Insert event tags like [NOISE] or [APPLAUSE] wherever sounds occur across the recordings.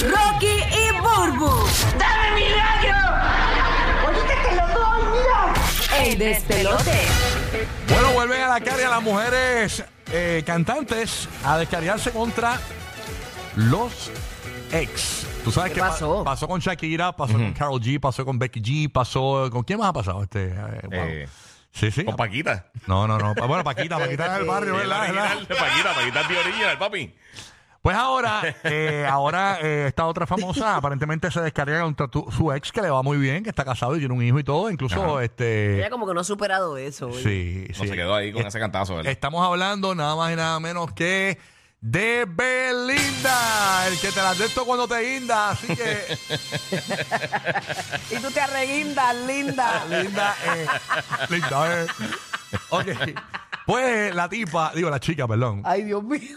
Rocky y Burbu. ¡Dame milagro! ¡Ahorita te lo doy, mira! El despelote. Bueno, vuelven a la calle a las mujeres eh, cantantes a descargarse contra los ex. ¿Tú sabes ¿Qué pa- pasó? pasó con Shakira, pasó con Carol G, pasó con Becky G, pasó. ¿Con quién más ha pasado? Este, eh, wow. Eh, sí, sí. Con Paquita. No, no, no. Pa- Bueno, [LAUGHS] Paquita, Paquita es el barrio, El ¿verdad? ¿verdad? original de Paquita, Paquita es de original, papi. Pues ahora, eh, ahora eh, esta otra [LAUGHS] famosa aparentemente se descarga contra tu- su ex que le va muy bien, que está casado y tiene un hijo y todo. Incluso, Ella este. como que no ha superado eso. oye. Sí, No sí. se quedó ahí con ese cantazo, ¿verdad? Estamos hablando nada más y nada menos que de Belinda, el que te la acepto cuando te guinda. Así que, Y tú te arreguindas, linda. linda, eh, linda, eh. Ok. Pues la tipa, digo la chica, perdón. Ay, Dios mío.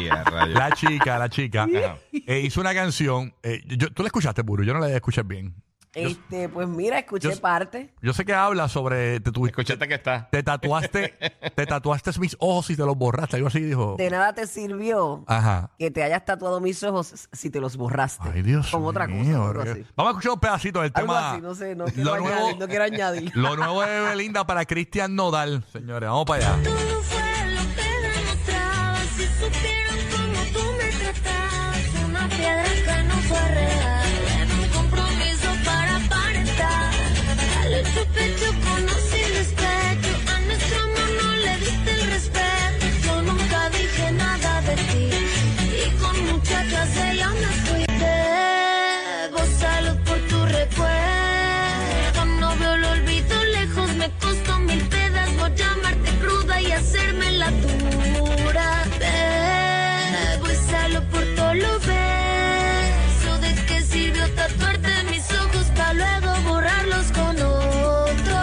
Y a rayos. La chica, la chica, Ajá. eh, hizo una canción. eh, yo- tú la escuchaste, Puro, yo no la escuché bien. Este, pues mira, escuché yo- parte. Yo sé que habla sobre. Te, tu- Escuchaste que está. te tatuaste, te tatuaste mis ojos y te los borraste. Algo así dijo. De nada te sirvió Ajá. que te hayas tatuado mis ojos si te los borraste. Ay, Dios. Con otra cosa. mío, algo bro. así. Vamos a escuchar un pedacito del Algo tema. así, no sé, no quiero lo, nuevo, añadir. No [LAUGHS] quiero añadir. lo nuevo de Belinda para Cristian Nodal. Señores, vamos para allá. Todo fue lo que demostrabas Si supieran cómo tú me tratabas Una piedra que no fue real Era un compromiso para aparentar Dale tu pecho con o sin despecho A nuestro amor no le diste el respeto Yo nunca dije nada de ti Y con mucha clase ya me fui Debo salud por tu recuerdo No veo lo olvido lejos Me costó mil pedas Voy a amarte cruda y hacerme la dura Debo y salud por todo lo beso ¿De qué sirvió tatuarte mis ojos para luego borrarlos con otro?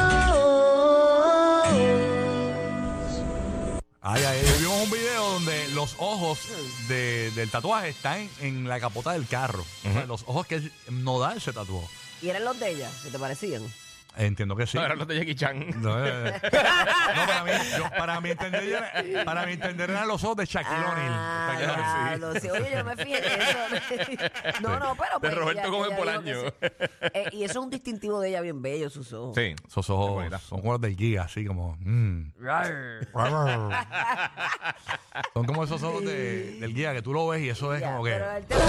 Ay, ay, vimos un video donde los ojos de- del tatuaje están en la capota del carro. O sea, los ojos que Nodal se tatuó. ¿Y eran los de ella? ¿Se te parecían? Entiendo que sí. No, era lo de Jackie Chan. No, eh, eh. No, para mí, yo- para mi entender, era- para mi entender eran los ojos de Shaquille O'Neal. Ah, Shaquille O'Neal, sí. diablo, sí. Oye, yo me fijé en [LAUGHS] eso. No, no, pero. pues, Roberto ella- Gómez ella dijo Bolaño. que sí. Eh, y eso es un distintivo de ella bien bello, sus ojos. Sí. Esos Qué ojos bonita. son como los del Giga, así como. mm. [LAUGHS] son como esos ojos de- del Giga que tú lo ves y eso es Ya, como Pero que. él te lo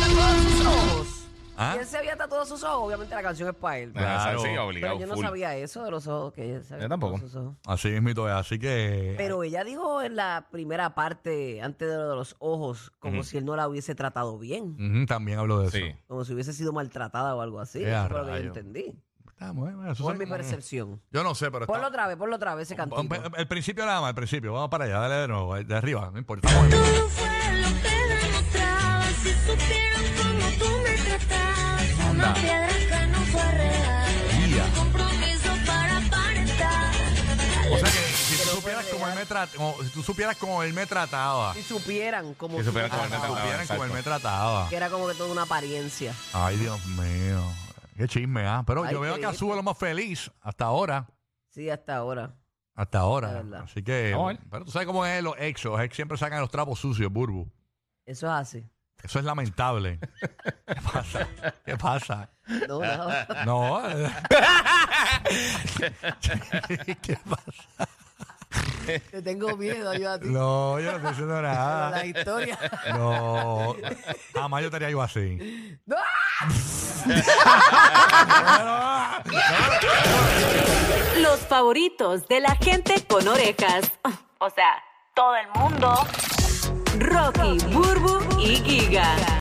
tatuado sus ojos. ¿Ah? Y él se había tatuado sus ojos, obviamente la canción es para él. Claro. Claro. Sí, obligado. pero yo no full. sabía eso de los ojos que ella se había Yo tatuado tampoco. sus ojos. Así es, mito es. Así que. Pero ella dijo en la primera parte, antes de lo de los ojos, como si él no la hubiese tratado bien. Ujú, también hablo de eso. Sí. Como si hubiese sido maltratada o algo así. Eh, a Eso fue lo que yo rayo. entendí. Está muy bien, eso Por sí. mi percepción. Yo no sé, pero. está- Ponlo otra vez, ponlo otra vez ese cantito. Un- El principio nada más, el principio. Vamos para allá, dale de nuevo, de arriba, no importa. Todo fue lo que demostrabas Si supieran cómo tú me tratabas Una piedra que no fue real Mira. Un compromiso para aparentar O sea que si tú supieras cómo él me trat- como- si tú supieras cómo él me trataba, Si supieran como Si supieran tú- cómo él me Ah, si trataba. supieras cómo él exacto. me trataba. que era como que toda una apariencia. Ay, Dios mío. Qué chisme, ¿ah? Pero Ay, yo veo qué que bien. Azul es lo más feliz hasta ahora. Sí, hasta ahora. Hasta La ahora. verdad. Así que. Vamos a ver. Pero tú sabes cómo es los ex. Los ex siempre sacan los trapos sucios, Burbu. Eso es así. Eso es lamentable. ¿Qué pasa? ¿Qué pasa? No, [LAUGHS] no. No. eh. ¿Qué pasa? Te tengo miedo yo [LAUGHS] a ti. No, yo no estoy diciendo Pero nada. La historia. No. Jamás yo estaría yo así. ¡No! Los favoritos de la gente con orejas. O sea, todo el mundo. Rocky, Burbu y Giga.